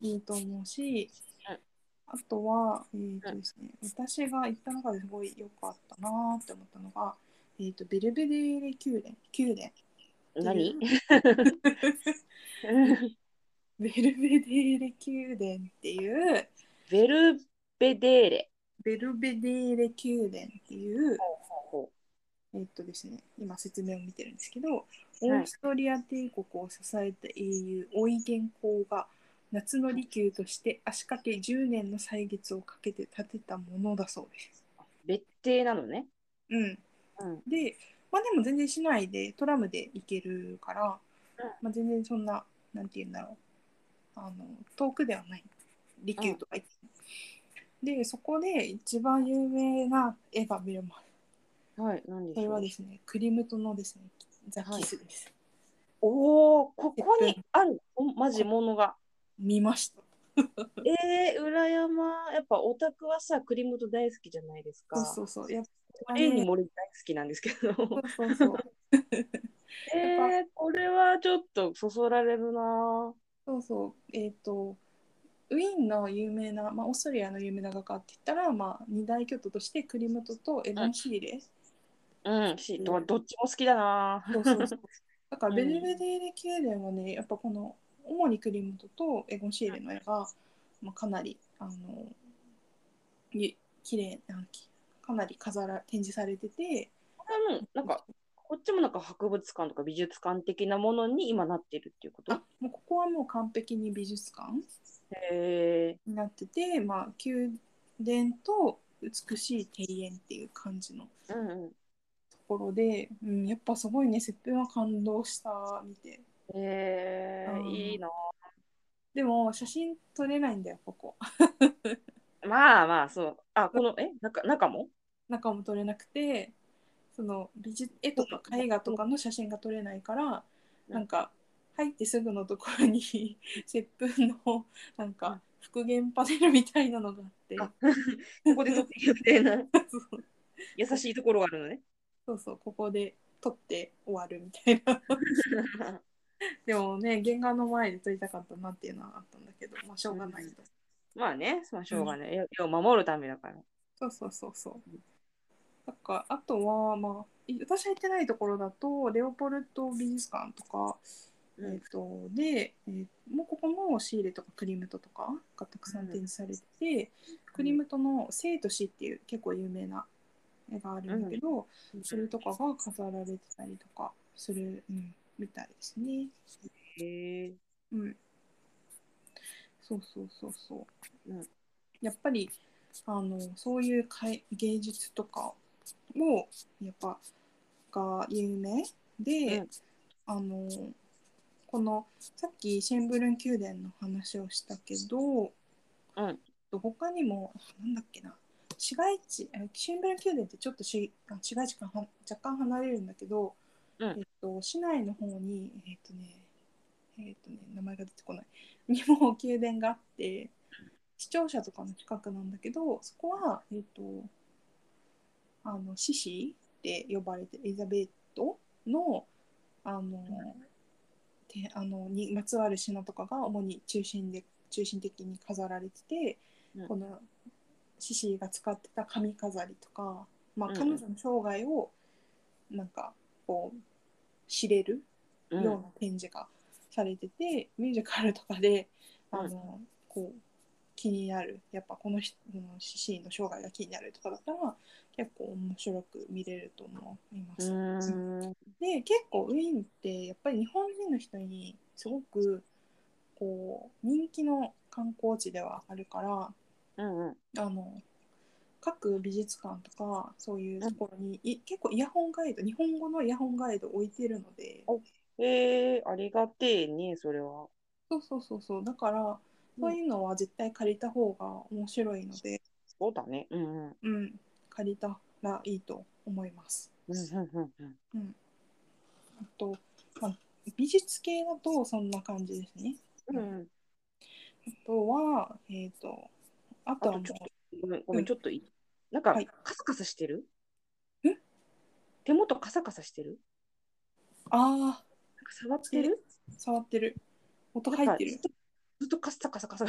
[SPEAKER 1] いいと思うし
[SPEAKER 3] うん、
[SPEAKER 1] あとは、えーとですね、私が行った中ですごい良かったなーって思ったのが、えー、とベルベデーレ宮殿宮殿
[SPEAKER 3] う。 [LAUGHS] 何？
[SPEAKER 1] ベルベデーレ宮殿っていう
[SPEAKER 3] ベルベデーレ。
[SPEAKER 1] ベルベデーレ宮殿っていう、
[SPEAKER 3] ほ
[SPEAKER 1] えっとですね、今説明を見てるんですけど、オーストリア帝国を支えた英雄オイゲン公が夏の利休として足掛け10年の歳月をかけて建てたものだそうです。
[SPEAKER 3] 別邸なのね。
[SPEAKER 1] うん、
[SPEAKER 3] うん。
[SPEAKER 1] で、まあ、でも全然市内でトラムで行けるから、
[SPEAKER 3] うん
[SPEAKER 1] まあ、全然そんななんて言うんだろうあの遠くではない利休とか行って、でそこで一番有名な絵が見れます
[SPEAKER 3] はい、何で
[SPEAKER 1] そ
[SPEAKER 3] し
[SPEAKER 1] れ
[SPEAKER 3] ょ
[SPEAKER 1] は
[SPEAKER 3] う
[SPEAKER 1] で。すねクリムトのですねザ・キスです、
[SPEAKER 3] おお、ここにある、おマジ物が。
[SPEAKER 1] 見ました
[SPEAKER 3] えー、裏山、やっぱオタクはさ、クリムト大好きじゃないですか。
[SPEAKER 1] そうそうそうやっぱ
[SPEAKER 3] 例
[SPEAKER 1] り、
[SPEAKER 3] に漏れず大好きなんですけど。
[SPEAKER 1] そうそうそう
[SPEAKER 3] えー、これはちょっとそそられるな
[SPEAKER 1] そうそう、えっ、と、ウィーンの有名な、まあ、オーストリアの有名な画家って言ったら、まあ、二大巨頭としてクリムトとエヴァン・シーレ。
[SPEAKER 3] うん、し、ど
[SPEAKER 1] うん
[SPEAKER 3] どっちも好きだな
[SPEAKER 1] そうそうそう。だから、
[SPEAKER 3] うん
[SPEAKER 1] ベルベデーレ宮殿はね、やっぱこの、主にクリムトとエゴン・シーレの絵が、まあ、かなり、あの、ゆ綺麗な、きかなり飾ら、展示されてて、
[SPEAKER 3] これはもう、なんか、こっちもなんか博物館とか美術館的なものに今なってるっていうこと
[SPEAKER 1] あ、もうここはもう完璧に美術館
[SPEAKER 3] へえ
[SPEAKER 1] になってて、まあ、宮殿と美しい庭園っていう感じの。
[SPEAKER 3] ー、うんうん。
[SPEAKER 1] ところで、うん、やっぱすごいね接吻は感動した見て
[SPEAKER 3] え
[SPEAKER 1] うん
[SPEAKER 3] ー、いいな
[SPEAKER 1] でも写真撮れないんだよここ
[SPEAKER 3] まあまあ、そう。あ、この、え、中中も
[SPEAKER 1] 中も撮れなくてその美術絵とか絵画とかの写真が撮れないから
[SPEAKER 3] うん
[SPEAKER 1] なんか入ってすぐのところに [LAUGHS] 接吻のなんか復元パネルみたいなのがあって
[SPEAKER 3] あここで撮っていくみたいな
[SPEAKER 1] [LAUGHS] そう
[SPEAKER 3] 優しいところがあるのね。 [LAUGHS]
[SPEAKER 1] そうそうここで撮って終わるみたいな [LAUGHS] でもね原画の前で撮りたかったなっていうのはあったんだけどまあしょうがないと。
[SPEAKER 3] まあね、まあ、しょうがない。絵を守るためだから。
[SPEAKER 1] そうそうそうそう。なんかあとは、まあ、い私が行ってないところだとレオポルト美術館とか、
[SPEAKER 3] うん
[SPEAKER 1] えっとで、えーもうここもシーレとかクリムトとかがたくさん展示されてて、クリムトの「生と死」っていう結構有名な絵があるんだけど、それとかが飾られてたりとかする、うん、みたいですね。
[SPEAKER 3] へえ
[SPEAKER 1] うん。そうそうそうそう。
[SPEAKER 3] うん
[SPEAKER 1] やっぱりあのそういうかい芸術とかをやっぱが有名で、
[SPEAKER 3] うん
[SPEAKER 1] あのこのさっきシェンブルン宮殿の話をしたけど、
[SPEAKER 3] うん
[SPEAKER 1] 他にもなんだっけな市街地えシェンブルン宮殿ってちょっとしあ市街地からは若干離れるんだけど、
[SPEAKER 3] うん
[SPEAKER 1] えっと、市内の方にえっとねえっとね名前が出てこない [LAUGHS] にも宮殿があって視聴者とかの近くなんだけどそこはえっとあの獅子って呼ばれてエリザベートのあのてあのにまつわる品とかが主に中心で中心的に飾られてて、
[SPEAKER 3] うん
[SPEAKER 1] この獅子が使ってた髪飾りとか、まあ、
[SPEAKER 3] うんうん
[SPEAKER 1] 彼女の生涯をなんかこう知れる
[SPEAKER 3] う
[SPEAKER 1] ようんな展示がされてて、ミュージカルとかであの、こう気になるやっぱこの人このシシーの生涯が気になるとかだったら結構面白く見れると思いま
[SPEAKER 3] う
[SPEAKER 1] す。
[SPEAKER 3] ーん。
[SPEAKER 1] で結構ウィーンってやっぱり日本人の人にすごくこう人気の観光地ではあるから
[SPEAKER 3] うんうん。
[SPEAKER 1] あの各美術館とかそういうところに、い結構イヤホンガイド日本語のイヤホンガイド置いてるので。
[SPEAKER 3] えー、ありがてえね、それは。
[SPEAKER 1] そうそうそうそうだから
[SPEAKER 3] うん
[SPEAKER 1] そういうのは絶対借りた方が面白いので、
[SPEAKER 3] そうだね。うんうん。
[SPEAKER 1] うん、借りたらいいと思います。
[SPEAKER 3] うんうんうん
[SPEAKER 1] あと、まあ、美術系だとそんな感じですね。
[SPEAKER 3] うん。うんうん
[SPEAKER 1] あとは、えっ、と、あとはも
[SPEAKER 3] あとちょっ
[SPEAKER 1] う、
[SPEAKER 3] ごめん、ごめん、ちょっといい。なんか、
[SPEAKER 1] はい
[SPEAKER 3] カサカサしてる
[SPEAKER 1] ん
[SPEAKER 3] 手元カサカサしてる
[SPEAKER 1] ああ、
[SPEAKER 3] なんか触ってる
[SPEAKER 1] 触ってる。音
[SPEAKER 3] なん
[SPEAKER 1] 入
[SPEAKER 3] か
[SPEAKER 1] ってる
[SPEAKER 3] ずっ。とずっとカサカ
[SPEAKER 1] [LAUGHS]
[SPEAKER 3] サカサ。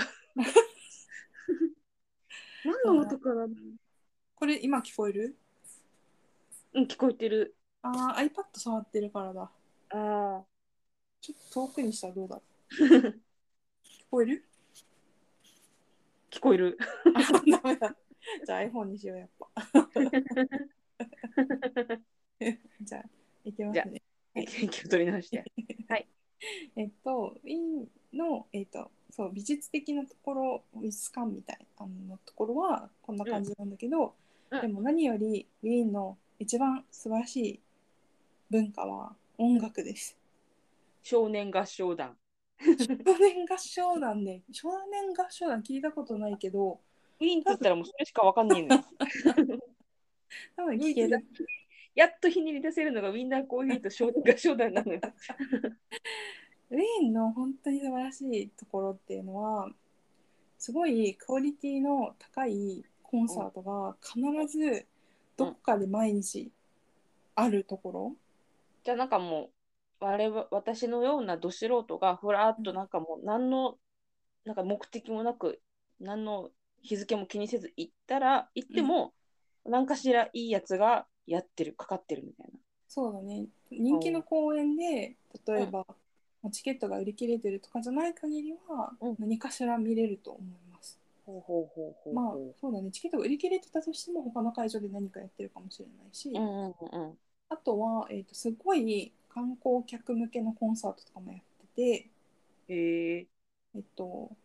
[SPEAKER 3] 何の音かな
[SPEAKER 1] これ今聞こえる
[SPEAKER 3] うん、聞こえてる。
[SPEAKER 1] ああ、iPad 触ってるからだ。
[SPEAKER 3] あ
[SPEAKER 1] ちょっと遠くにしたらどうだろ
[SPEAKER 3] [LAUGHS] あ。聞
[SPEAKER 1] う。聞こえる
[SPEAKER 3] こえる。
[SPEAKER 1] あダメだ。じゃあ iPhone にしよう、やっぱ。 [LAUGHS] じゃあ、いきます
[SPEAKER 3] じゃ
[SPEAKER 1] ね。 [LAUGHS]
[SPEAKER 3] 息を取り直して。
[SPEAKER 1] えっと、ウィーンの、えっと、そう美術的なところウィスカンみたいなあのところはこんな感じなんだけど、
[SPEAKER 3] うん
[SPEAKER 1] でも何よりウィーンの一番素晴らしい文化は音楽
[SPEAKER 3] [LAUGHS]
[SPEAKER 1] です。
[SPEAKER 3] 少年合唱団。
[SPEAKER 1] 少年合唱団で少年合唱団聞いたことないけど
[SPEAKER 3] ウィーンって言ったらもうそれしかわかんないのよ。
[SPEAKER 1] [LAUGHS] 多分
[SPEAKER 3] 唯
[SPEAKER 1] 聞
[SPEAKER 3] 一
[SPEAKER 1] ける
[SPEAKER 3] やっとひねり出せるのがウィンナーコーヒーと少年合唱団なのよ。
[SPEAKER 1] ウィーンの本当に素晴らしいところっていうのはすごいクオリティの高いコンサートが必ずどっかで毎日あるところ、
[SPEAKER 3] じゃあなんかもう我々私のようなど素人がふらっとなんかもう何のなんか目的もなく何の日付も気にせず行ったら行っても何かしらいいやつがやってるかかってるみたいな。
[SPEAKER 1] そうだね人気の公演で例えば、まあチケットが売り切れてるとかじゃない限りは
[SPEAKER 3] うん
[SPEAKER 1] 何かしら見れると思います、
[SPEAKER 3] ほうほうほうほう
[SPEAKER 1] まあ
[SPEAKER 3] ほ
[SPEAKER 1] そうだねチケットが売り切れてたとしても他の会場で何かやってるかもしれないし、
[SPEAKER 3] う。うんうんうんうん。
[SPEAKER 1] あとは、えー、とすごい観光客向けのコンサートとかもやってて。
[SPEAKER 3] へえ。
[SPEAKER 1] えっと、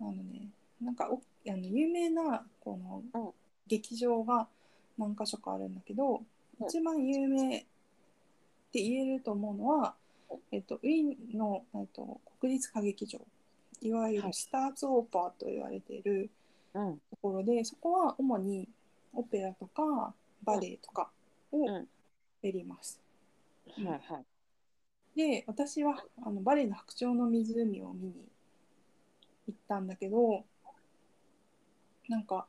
[SPEAKER 1] あのね、なんかおあの有名なこ
[SPEAKER 3] うん
[SPEAKER 1] の劇場が何か所かあるんだけど、
[SPEAKER 3] うん
[SPEAKER 1] 一番有名って言えると思うのは
[SPEAKER 3] うん、
[SPEAKER 1] えっと、ウィーンの、えっと、国立歌劇場、いわゆ
[SPEAKER 3] は
[SPEAKER 1] る
[SPEAKER 3] い
[SPEAKER 1] スターズオーパーと言われている
[SPEAKER 3] うん
[SPEAKER 1] ところで、そこは主にオペラとかバレエとかを
[SPEAKER 3] うん
[SPEAKER 1] やります。
[SPEAKER 3] はいはい。
[SPEAKER 1] で私はあのバレエの「白鳥の湖」を見に行ったんだけどなんか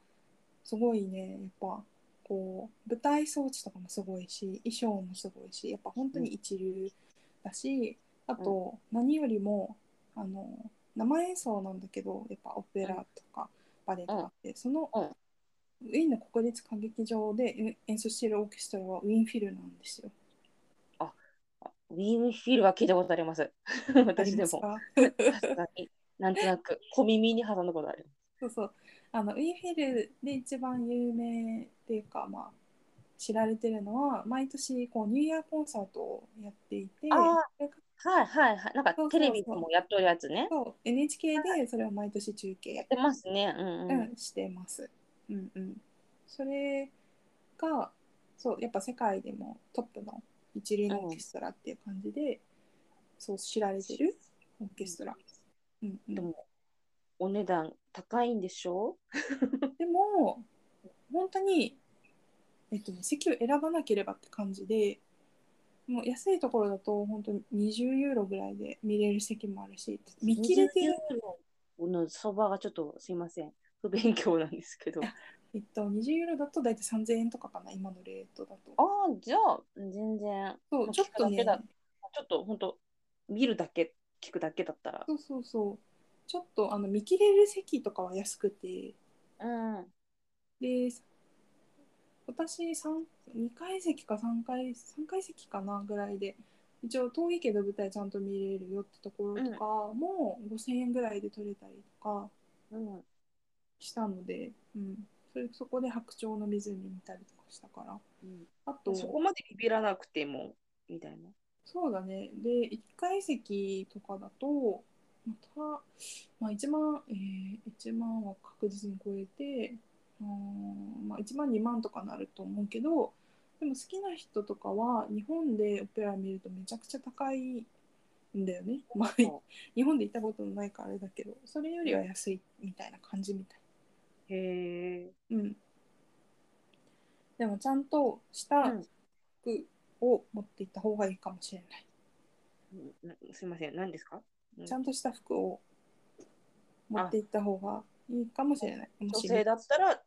[SPEAKER 1] すごいねやっぱこう舞台装置とかもすごいし衣装もすごいしやっぱ本当に一流だし、あと何よりもあの生演奏なんだけどやっぱオペラとかバレエとかって、その、
[SPEAKER 3] うん
[SPEAKER 1] ウィーンの国立歌劇場で演奏しているオーケストラはウィーンフィルなんですよ。
[SPEAKER 3] あウィーンフィールは聞いたことあり [LAUGHS] ます。私で
[SPEAKER 1] あります
[SPEAKER 3] も。
[SPEAKER 1] か
[SPEAKER 3] さすがになんとなく小耳に挟んだことある。
[SPEAKER 1] そうそうあのウィンフィルで一番有名っていうか、まあ、知られてるのは毎年こうニューイヤーコンサートをやっていて
[SPEAKER 3] あー
[SPEAKER 1] それが
[SPEAKER 3] はいはいはい。なんか
[SPEAKER 1] そうそうそう
[SPEAKER 3] テレビでもやっとるやつね。
[SPEAKER 1] そう NHK でそれを毎年中
[SPEAKER 3] や
[SPEAKER 1] 継、
[SPEAKER 3] ってますね。うん
[SPEAKER 1] う
[SPEAKER 3] うん
[SPEAKER 1] ん。してます。うんうん、それがそうやっぱ世界でもトップの一流のオーケストラっていう感じで、そう知られてるオーケストラ。うんうん
[SPEAKER 3] でもお値段高いんでしょ
[SPEAKER 1] でも本当に、えっとね、席を選ばなければって感じでもう安いところだと本当に20ユーロぐらいで見れる席もあるし見切れてる、
[SPEAKER 3] この相場がちょっとすいません。不勉強なんですけど。あ
[SPEAKER 1] あえっと、20ユーロだと大体3000円とかかな今のレートだと
[SPEAKER 3] あー、じゃあ全然。
[SPEAKER 1] そうちょっと
[SPEAKER 3] 聞
[SPEAKER 1] ね
[SPEAKER 3] くだけだちょっと本当見るだけ、聞くだけだったら。
[SPEAKER 1] そうそうそうちょっとあの見切れる席とかは安くて
[SPEAKER 3] うん。
[SPEAKER 1] で私三2階席か3階3階席かなぐらいで一応遠いけど舞台ちゃんと見れるよってところとかも5,000円ぐらいで取れたりとか
[SPEAKER 3] うん、
[SPEAKER 1] したので、うん、それそこで白鳥の湖見たりとかしたからあと
[SPEAKER 3] そこまでビビらなくても、みたいな。
[SPEAKER 1] そうだねで1階席とかだとまた、まあ、1万、えー、1万は確実に超えてうーん、まあ、1万2万とかなると思うけどでも好きな人とかは日本でオペラ見るとめちゃくちゃ高いんだよね、まあ、 [LAUGHS] 日本で行ったことないからあれだけどそれよりは安いみたいな感じみたい
[SPEAKER 3] へえ。
[SPEAKER 1] うん、でもちゃんとした
[SPEAKER 3] うん
[SPEAKER 1] 服を持っていった方がいいかもしれない、
[SPEAKER 3] なすいません、何ですかうん
[SPEAKER 1] ちゃんとした服を持っていった方がいいかもしれないも
[SPEAKER 3] 女
[SPEAKER 1] し
[SPEAKER 3] 性だったら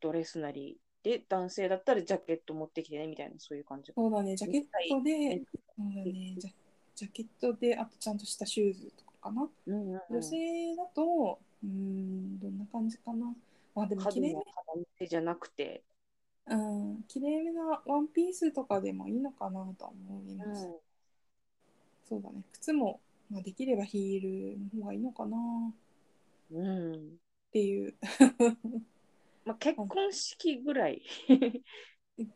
[SPEAKER 3] ドレスなりで男性だったらジャケット持ってきてねみたいなそういう感じ
[SPEAKER 1] そうだねジャケットで
[SPEAKER 3] ね
[SPEAKER 1] そうだねジャジャケットであとちゃんとしたシューズとかかな
[SPEAKER 3] うんうん
[SPEAKER 1] 女性だとうーんどんな感じかなまあでも
[SPEAKER 3] 肌
[SPEAKER 1] 綺麗
[SPEAKER 3] の肌見せじゃなくて、
[SPEAKER 1] めうん綺麗めなワンピースとかでもいいのかなとは思います、そうだね。靴も、まあ、できればヒールの方がいいのかなっ
[SPEAKER 3] うんうん
[SPEAKER 1] ていう。
[SPEAKER 3] まあ、結婚式ぐらい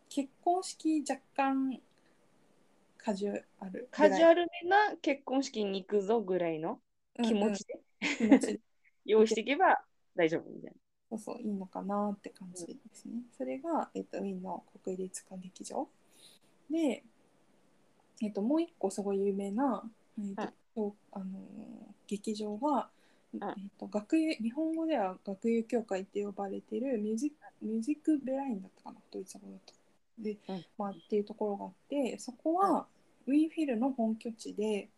[SPEAKER 1] 結婚式若干カジュアル。
[SPEAKER 3] カジュア
[SPEAKER 1] ル
[SPEAKER 3] ルめな結婚式に行くぞぐらいの気持ちで、
[SPEAKER 1] うんうん気持ち
[SPEAKER 3] 用意していけば大丈夫みたい
[SPEAKER 1] そうそういいのかなって感じですね。それが、えっとウィーンの国立歌劇場で、えっともう一個すごい有名な、えっとあの劇場が、
[SPEAKER 3] ん
[SPEAKER 1] えっと学友日本語では学友協会って呼ばれてるミュージミュージックベラインだったかなドイツ語だと。で、
[SPEAKER 3] うん
[SPEAKER 1] まあ、っていうところがあってそこはウィーンフィルの本拠地で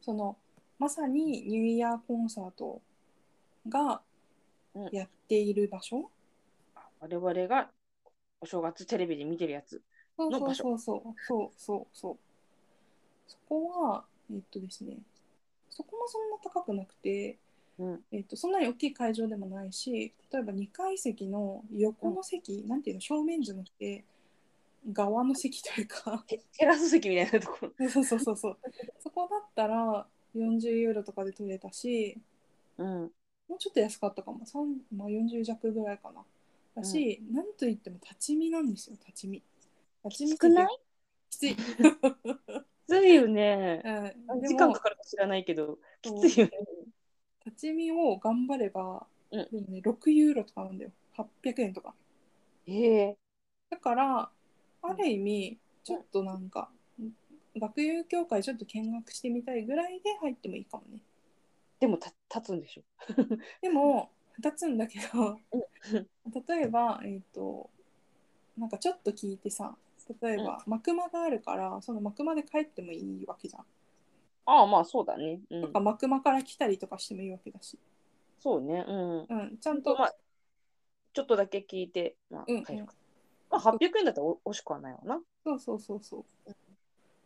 [SPEAKER 1] そのまさにニューイヤーコンサートが
[SPEAKER 3] うん
[SPEAKER 1] やっている場所、
[SPEAKER 3] な。我々がお正月テレビで見てるやつ。
[SPEAKER 1] そう
[SPEAKER 3] の場所
[SPEAKER 1] そうそうそうそうそうそこはえっとですねそこもそんな高くなくて、
[SPEAKER 3] うん
[SPEAKER 1] えっと、そんなに大きい会場でもないし例えば2階席の横の席、なんていうの正面じゃなくて側の席というか
[SPEAKER 3] テテラス席みたいなとこ
[SPEAKER 1] [LAUGHS]
[SPEAKER 3] ろ。
[SPEAKER 1] そうそうそうそうそこだったら40ユーロとかで取れたし
[SPEAKER 3] うん。
[SPEAKER 1] もうちょっと安かったかも、三まあ、40弱ぐらいかなだし、なんといっても立ち見なんですよ立ち見立ち見席
[SPEAKER 3] 少ない
[SPEAKER 1] きつい
[SPEAKER 3] きついよね。
[SPEAKER 1] うん、で
[SPEAKER 3] 時間
[SPEAKER 1] も
[SPEAKER 3] かかるか知らないけど、
[SPEAKER 1] そう
[SPEAKER 3] きついよね。
[SPEAKER 1] 立ち見を頑張れば、
[SPEAKER 3] うん
[SPEAKER 1] でもね、6ユーロとかなんだよ800円とか
[SPEAKER 3] ええ
[SPEAKER 1] だからある意味ちょっとなんか、学友協会ちょっと見学してみたいぐらいで入ってもいいかもね
[SPEAKER 3] でもた立つんでしょ。
[SPEAKER 1] でも立つんだけど
[SPEAKER 3] うん
[SPEAKER 1] 例えばえっ、となんかちょっと聞いてさ例えば幕間があるからその幕間で帰ってもいいわけじゃん、
[SPEAKER 3] ああ、まあそうだね。う
[SPEAKER 1] なん
[SPEAKER 3] ん
[SPEAKER 1] か。幕間から来たりとかしてもいいわけだし、
[SPEAKER 3] そうね。うん。
[SPEAKER 1] うん、ちゃんと
[SPEAKER 3] まあ、ちょっとだけ聞いて、まあ、
[SPEAKER 1] うんうん
[SPEAKER 3] 帰るかまあ、800円だったらお惜しくはないわな。
[SPEAKER 1] そうそうそうそ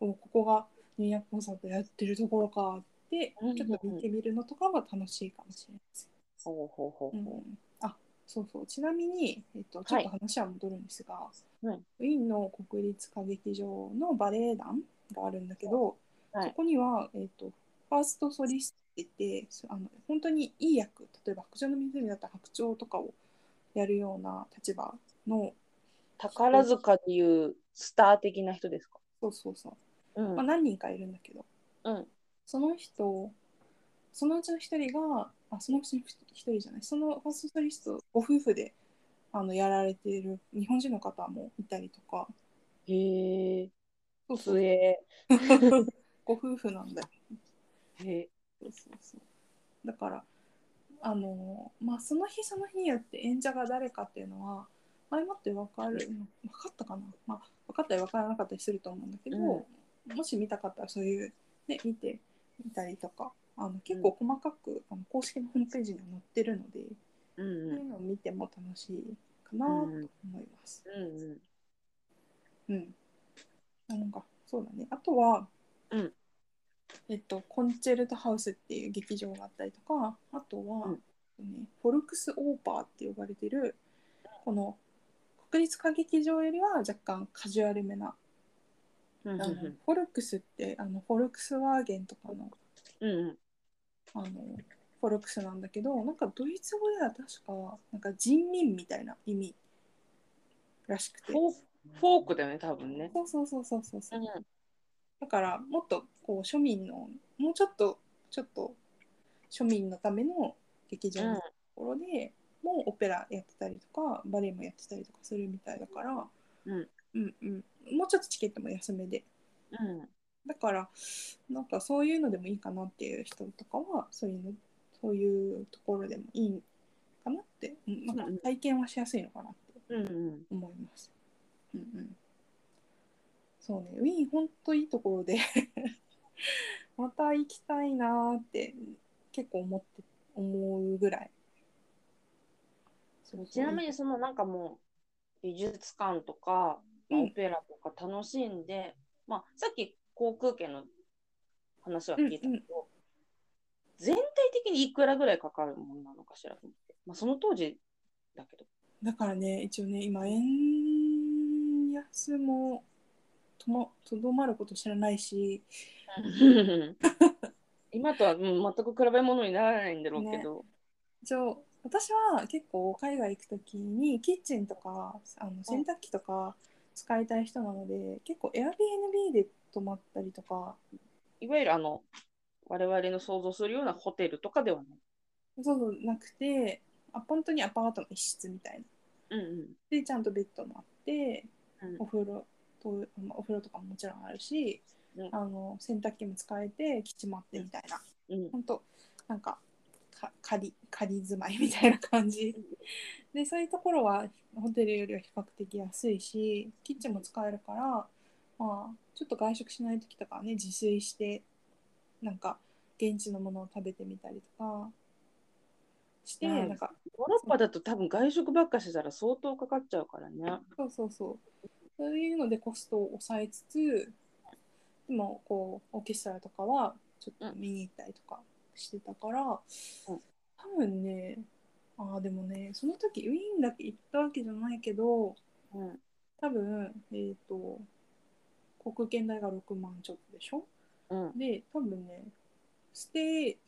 [SPEAKER 1] う。もうここがニューヤーコンサートやってるところかって、
[SPEAKER 3] うんうんうん
[SPEAKER 1] ちょっと見てみるのとかは楽しいかもしれないです。
[SPEAKER 3] ほうほうほ
[SPEAKER 1] う
[SPEAKER 3] うんほ
[SPEAKER 1] あそうそうちなみに、えっと、ちょっと話は戻るんですが、
[SPEAKER 3] いはい
[SPEAKER 1] ウィーンの国立歌劇場のバレエ団があるんだけど、
[SPEAKER 3] はい
[SPEAKER 1] そこには、えっと、ファーストソリストって言ってそあの本当にいい役例えば「白鳥の湖」だったら白鳥とかをやるような立場の
[SPEAKER 3] う。宝塚っていうスター的な人ですか。
[SPEAKER 1] そうそうそう
[SPEAKER 3] うん
[SPEAKER 1] まあ、。何人かいるんだけど、
[SPEAKER 3] うん
[SPEAKER 1] その人そのうちの一人があそのうちの一人じゃないそのファーストソリストご夫婦であのやられている日本人の方もいたりとか
[SPEAKER 3] へえ。
[SPEAKER 1] そうそう
[SPEAKER 3] 末。へ
[SPEAKER 1] ご夫婦なんだよ
[SPEAKER 3] え。
[SPEAKER 1] そうそうそうだからあのまあその日その日によって演者が誰かっていうのは前もって分かる分かったかな、まあ、分かったり分からなかったりすると思うんだけど、もし見たかったらそういう、ね、見てみたりとかあの結構細かく、あの公式のホームページには載ってるので、そ
[SPEAKER 3] うん
[SPEAKER 1] うい
[SPEAKER 3] うん。
[SPEAKER 1] うのを見ても楽しいかなと
[SPEAKER 3] うん
[SPEAKER 1] 思
[SPEAKER 3] うん
[SPEAKER 1] います。
[SPEAKER 3] うん
[SPEAKER 1] うん。なんか、そうだね。あとは、
[SPEAKER 3] うん
[SPEAKER 1] えっと、コンチェルトハウスっていう劇場があったりとか、あとは、
[SPEAKER 3] うん
[SPEAKER 1] ね、フォルクスオーパーって呼ばれてる、この国立歌劇場よりは若干カジュアルめな、
[SPEAKER 3] うん。うん
[SPEAKER 1] あのフォルクスってあのフォルクスワーゲンとかの
[SPEAKER 3] うん。
[SPEAKER 1] あのフォルクスなんだけど、なんかドイツ語では確か、なんか人民みたいな意味らしくて。
[SPEAKER 3] フォーフォークだよね、多分ね。。
[SPEAKER 1] そうそうそうそうそうそううんだからもっとこう庶民のもうちょっとちょっと庶民のための劇場のところで、もうオペラやってたりとかバレエもやってたりとかするみたいだから、
[SPEAKER 3] うん
[SPEAKER 1] うんうんもうちょっとチケットも安めで
[SPEAKER 3] うん。
[SPEAKER 1] だからなんかそういうのでもいいかなっていう人とかはそういうのそういうところでもいいかなって、うん、なんか体験はしやすいのかなって
[SPEAKER 3] うんうん。
[SPEAKER 1] 思います。うんうん、そうね、ウィーン本当いいところで [LAUGHS] また行きたいなーって結構思って思うぐらい。
[SPEAKER 3] ちなみにそのなんかもう美術館とか、まあ
[SPEAKER 1] うん
[SPEAKER 3] オペラとか楽しんで、まあ、さっき航空券の話は聞いたけ
[SPEAKER 1] う
[SPEAKER 3] ど、
[SPEAKER 1] んうん
[SPEAKER 3] 全体的にいくらぐらいかかるもんなのかしらと思って、まあ、その当時だけど、
[SPEAKER 1] だからね一応ね今円安もともとどまること知らないし
[SPEAKER 3] [LAUGHS] 今とは、うん全く比べ物にならないんだろうけど、
[SPEAKER 1] 一応私は結構海外行く時にキッチンとかあの洗濯機とか使いたい人なので、結構 Airbnb で泊まったりとか
[SPEAKER 3] いわゆるあの我々の想像するようなホテルとかではない。
[SPEAKER 1] そうそうなくてあ本当にアパートの一室みたいな
[SPEAKER 3] うんうん
[SPEAKER 1] でちゃんとベッドもあって、
[SPEAKER 3] うん
[SPEAKER 1] お風呂とまあお風呂とかももちろんあるし、
[SPEAKER 3] うん
[SPEAKER 1] あの洗濯機も使えて基地もあってみたいな
[SPEAKER 3] うん
[SPEAKER 1] 本当なんかか仮仮住まいみたいな感じでそういうところはホテルよりは比較的安いしキッチンも使えるから、まあ、ちょっと外食しない時とかはね自炊してなんか現地のものを食べてみたりとかして、
[SPEAKER 3] うん
[SPEAKER 1] なんか
[SPEAKER 3] ヨーロッパだと多分外食ばっかしてたら相当かかっちゃうからね。
[SPEAKER 1] そうそうそう。そういうのでコストを抑えつつ、でもこう、オーケストラとかはちょっと見に行ったりとかしてたから、
[SPEAKER 3] うん
[SPEAKER 1] 多分ね、ああ、でもね、その時ウィーンだけ行ったわけじゃないけど、
[SPEAKER 3] うん、
[SPEAKER 1] 多分、えっ、と、航空券代が6万ちょっとでしょ
[SPEAKER 3] うん、
[SPEAKER 1] で、多分ね、ステイ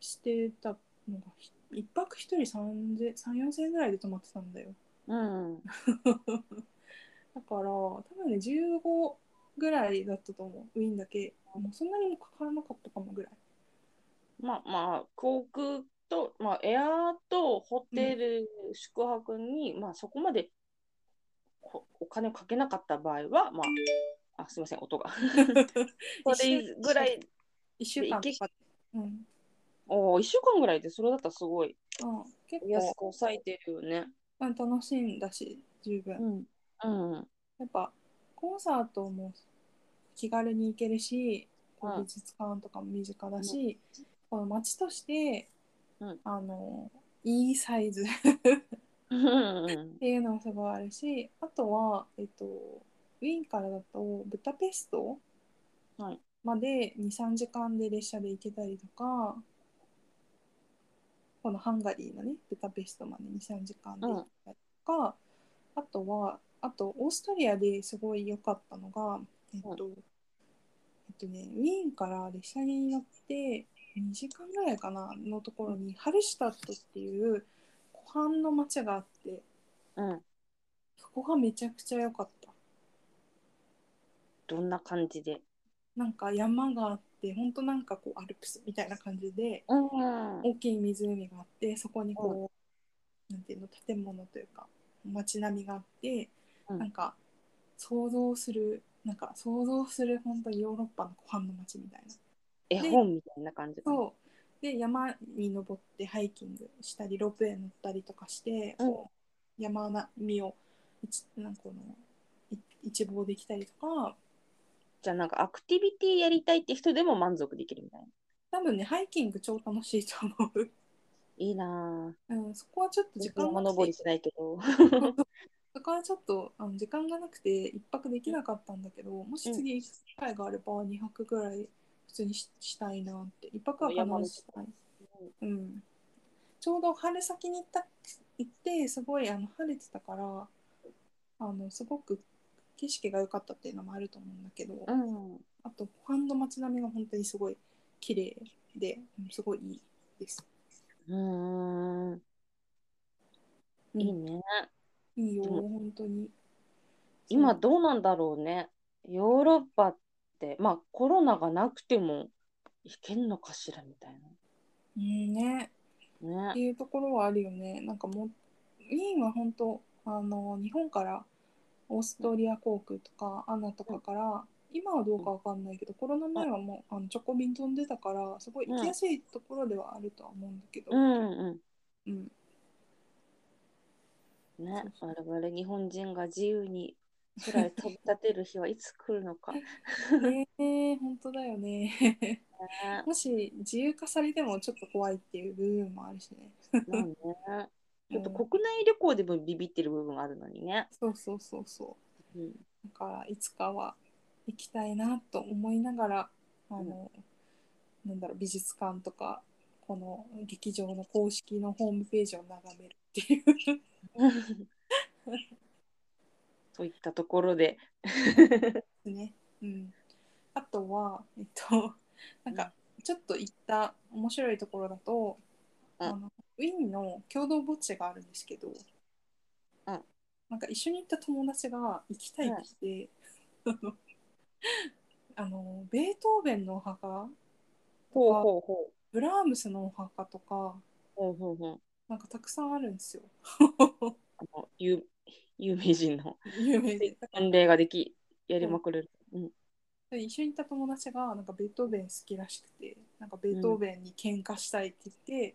[SPEAKER 1] してたのが、ひ一泊一人3000 3、4000円ぐらいで泊まってたんだよ。
[SPEAKER 3] うん、うん、
[SPEAKER 1] だから多分ね15ぐらいだったと思うウィーンだけもうそんなにもかからなかったかもぐらい
[SPEAKER 3] まあまあ航空と、まあ、エアとホテル、宿泊に、まあ、そこまでこお金をかけなかった場合は、まあ、あすみません音 [LAUGHS] がそれぐらい
[SPEAKER 1] 1週間とかうん、うん、
[SPEAKER 3] お1週間ぐらいでそれだったらすごい
[SPEAKER 1] 結
[SPEAKER 3] 安
[SPEAKER 1] 構
[SPEAKER 3] く、抑えてるよね。
[SPEAKER 1] うん、楽しんだし十分、
[SPEAKER 3] うんうん
[SPEAKER 1] やっぱコンサートも気軽に行けるしこ
[SPEAKER 3] う
[SPEAKER 1] うん美術館とかも身近だし、この街として、
[SPEAKER 3] うん
[SPEAKER 1] あのいいサイズ
[SPEAKER 3] うん [LAUGHS]
[SPEAKER 1] っていうのもすごいあるしあとは、えっと、ウィーンからだとブダペスト
[SPEAKER 3] はい
[SPEAKER 1] まで23時間で列車で行けたりとかこのハンガリーのねブダペストまで23時間で行けたりとか、あとはあとオーストリアですごい良かったのがえっと、えっとねウィーンから列車に乗って2時間ぐらいかなのところにハルシュタットっていう湖畔の町があって。
[SPEAKER 3] うん
[SPEAKER 1] そこがめちゃくちゃ良かった。
[SPEAKER 3] どんな感じで、
[SPEAKER 1] なんか山があって、本当なんかこうアルプスみたいな感じで、
[SPEAKER 3] うん
[SPEAKER 1] 大きい湖があって、そこにこう、なんていうの、建物というか、街並みがあって、
[SPEAKER 3] うん
[SPEAKER 1] なんか想像する、なんか想像する本当にヨーロッパの湖畔の街みたいな。
[SPEAKER 3] 絵本みたいな感じかな
[SPEAKER 1] そうで山に登ってハイキングしたりロープウェイ乗ったりとかして、
[SPEAKER 3] うん
[SPEAKER 1] こう山並みを一なんかこのい一望できたりとか
[SPEAKER 3] じゃあなんかアクティビティやりたいって人でも満足できるみたいな。
[SPEAKER 1] 多分ねハイキング超楽しいと思う、 [LAUGHS]
[SPEAKER 3] いいなぁ。
[SPEAKER 1] うん、そこはちょっと時
[SPEAKER 3] 時
[SPEAKER 1] 間
[SPEAKER 3] 間
[SPEAKER 1] が
[SPEAKER 3] も
[SPEAKER 1] なくて
[SPEAKER 3] 登りしないけど。 [LAUGHS]
[SPEAKER 1] そこはちょっとあの時間がなくて一泊できなかったんだけどもし次行く機会があれば二泊ぐらい普通にししたいなって一泊は必ずしたい、うん、ちょうど春先に行った行ってすごいあの晴れてたからあのすごく景色が良かったっていうのもあると思うんだけど、
[SPEAKER 3] うん。
[SPEAKER 1] あと湖畔の街並みが本当にすごい綺麗でうんすごいいいです。
[SPEAKER 3] うーん。
[SPEAKER 1] うん
[SPEAKER 3] いいね。
[SPEAKER 1] いいよ、
[SPEAKER 3] う
[SPEAKER 1] 本当に。
[SPEAKER 3] 今
[SPEAKER 1] そう
[SPEAKER 3] どうなんだろうね。ヨーロッパって、まあコロナがなくてもいけんのかしらみたい
[SPEAKER 1] うんね、っ
[SPEAKER 3] な。
[SPEAKER 1] て
[SPEAKER 3] ね。
[SPEAKER 1] いうところはあるよね。なんかもう、ウィーンは本当、あの、日本からオーストリア航空とか、アナとかから、今はどうかわかんないけど、コロナ前はもう、あのチョコ便飛んでたから、すごい行きやすいところではあるとは思うんだけど、
[SPEAKER 3] うん
[SPEAKER 1] うん、
[SPEAKER 3] うん。ね
[SPEAKER 1] そう。そう
[SPEAKER 3] 我々日本人が自由に空へ飛び立てる日はいつ来るの
[SPEAKER 1] [LAUGHS]
[SPEAKER 3] か。ね。
[SPEAKER 1] ねえ、本当だよね。 [LAUGHS] もし自由化されてもちょっと怖いっていう部分もあるしね。
[SPEAKER 3] まあね。ちょっと国内旅行でもビビってる部分があるのにね。
[SPEAKER 1] そうそうそうそう。
[SPEAKER 3] うん。
[SPEAKER 1] だからいつかは行きたいなと思いながらあの、なんだろう美術館とかこの劇場の公式のホームページを眺めるっていう
[SPEAKER 3] [LAUGHS] といったところで。
[SPEAKER 1] ね、うん、あとはえっとなんかちょっと行った面白いところだと、
[SPEAKER 3] うん
[SPEAKER 1] あのウィーンの共同墓地があるんですけど、
[SPEAKER 3] ん
[SPEAKER 1] なんか一緒に行った友達が行きたいって言って、 [LAUGHS] あのあのベートーベンのお墓
[SPEAKER 3] ほうほうほ
[SPEAKER 1] ブラームスのお墓とか
[SPEAKER 3] ほうほうほう
[SPEAKER 1] なんかたくさんあるんですよ
[SPEAKER 3] あの有有名人の
[SPEAKER 1] 有名で
[SPEAKER 3] 判例ができやりまくれる。うん。
[SPEAKER 1] で一緒にいた友達がなんかベートーベン好きらしくてなんかベートーベンに喧嘩したいって言って、
[SPEAKER 3] うん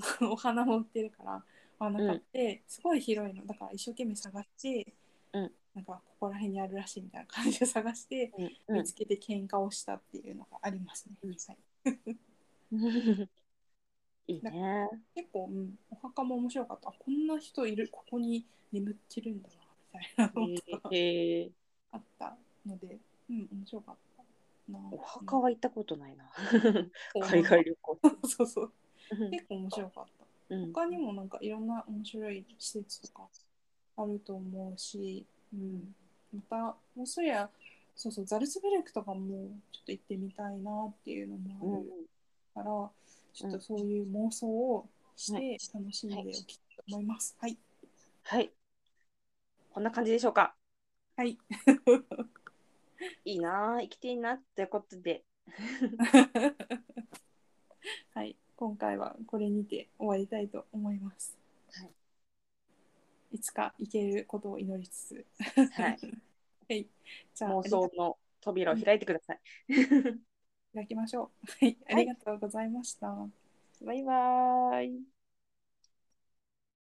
[SPEAKER 1] そのお花も売ってるからお花買って、すごい広いのだから一生懸命探して、
[SPEAKER 3] うん
[SPEAKER 1] なんかここら辺にあるらしいみたいな感じで探して、
[SPEAKER 3] うん
[SPEAKER 1] 見つけて喧嘩をしたっていうのがありますね、
[SPEAKER 3] うん
[SPEAKER 1] はい、 [LAUGHS]
[SPEAKER 3] うん。いいね。
[SPEAKER 1] 結構、うん、お墓も面白かったあこんな人いるここに眠ってるんだなみたいなのとか
[SPEAKER 3] ええ
[SPEAKER 1] あったので、うん、面白かったな
[SPEAKER 3] お墓
[SPEAKER 1] は
[SPEAKER 3] は行ったことないな。 [LAUGHS] 海外旅行。
[SPEAKER 1] [LAUGHS] そうそう結構面白かった。
[SPEAKER 3] うん。
[SPEAKER 1] 他にもなんかいろんな面白い施設とかあると思うし、うん、またもうそりゃそうそうザルツブルクとかもちょっと行ってみたいなっていうの
[SPEAKER 3] うん
[SPEAKER 1] もあるから、ちょっとそういう妄想をして楽しんでおきたいと思います。はい、
[SPEAKER 3] はい。こんな感じでしょうか。
[SPEAKER 1] はい、
[SPEAKER 3] いいなあ生きていいなということで。
[SPEAKER 1] はい、今回はこれにて終わりたいと思います。、
[SPEAKER 3] はい
[SPEAKER 1] つか行けることを祈りつつ、
[SPEAKER 3] はい。
[SPEAKER 1] [LAUGHS] はい、じゃあ
[SPEAKER 3] 妄想の扉を開いてください。
[SPEAKER 1] いただきましょう。はい、ありがとうございました。
[SPEAKER 3] バイバーイ。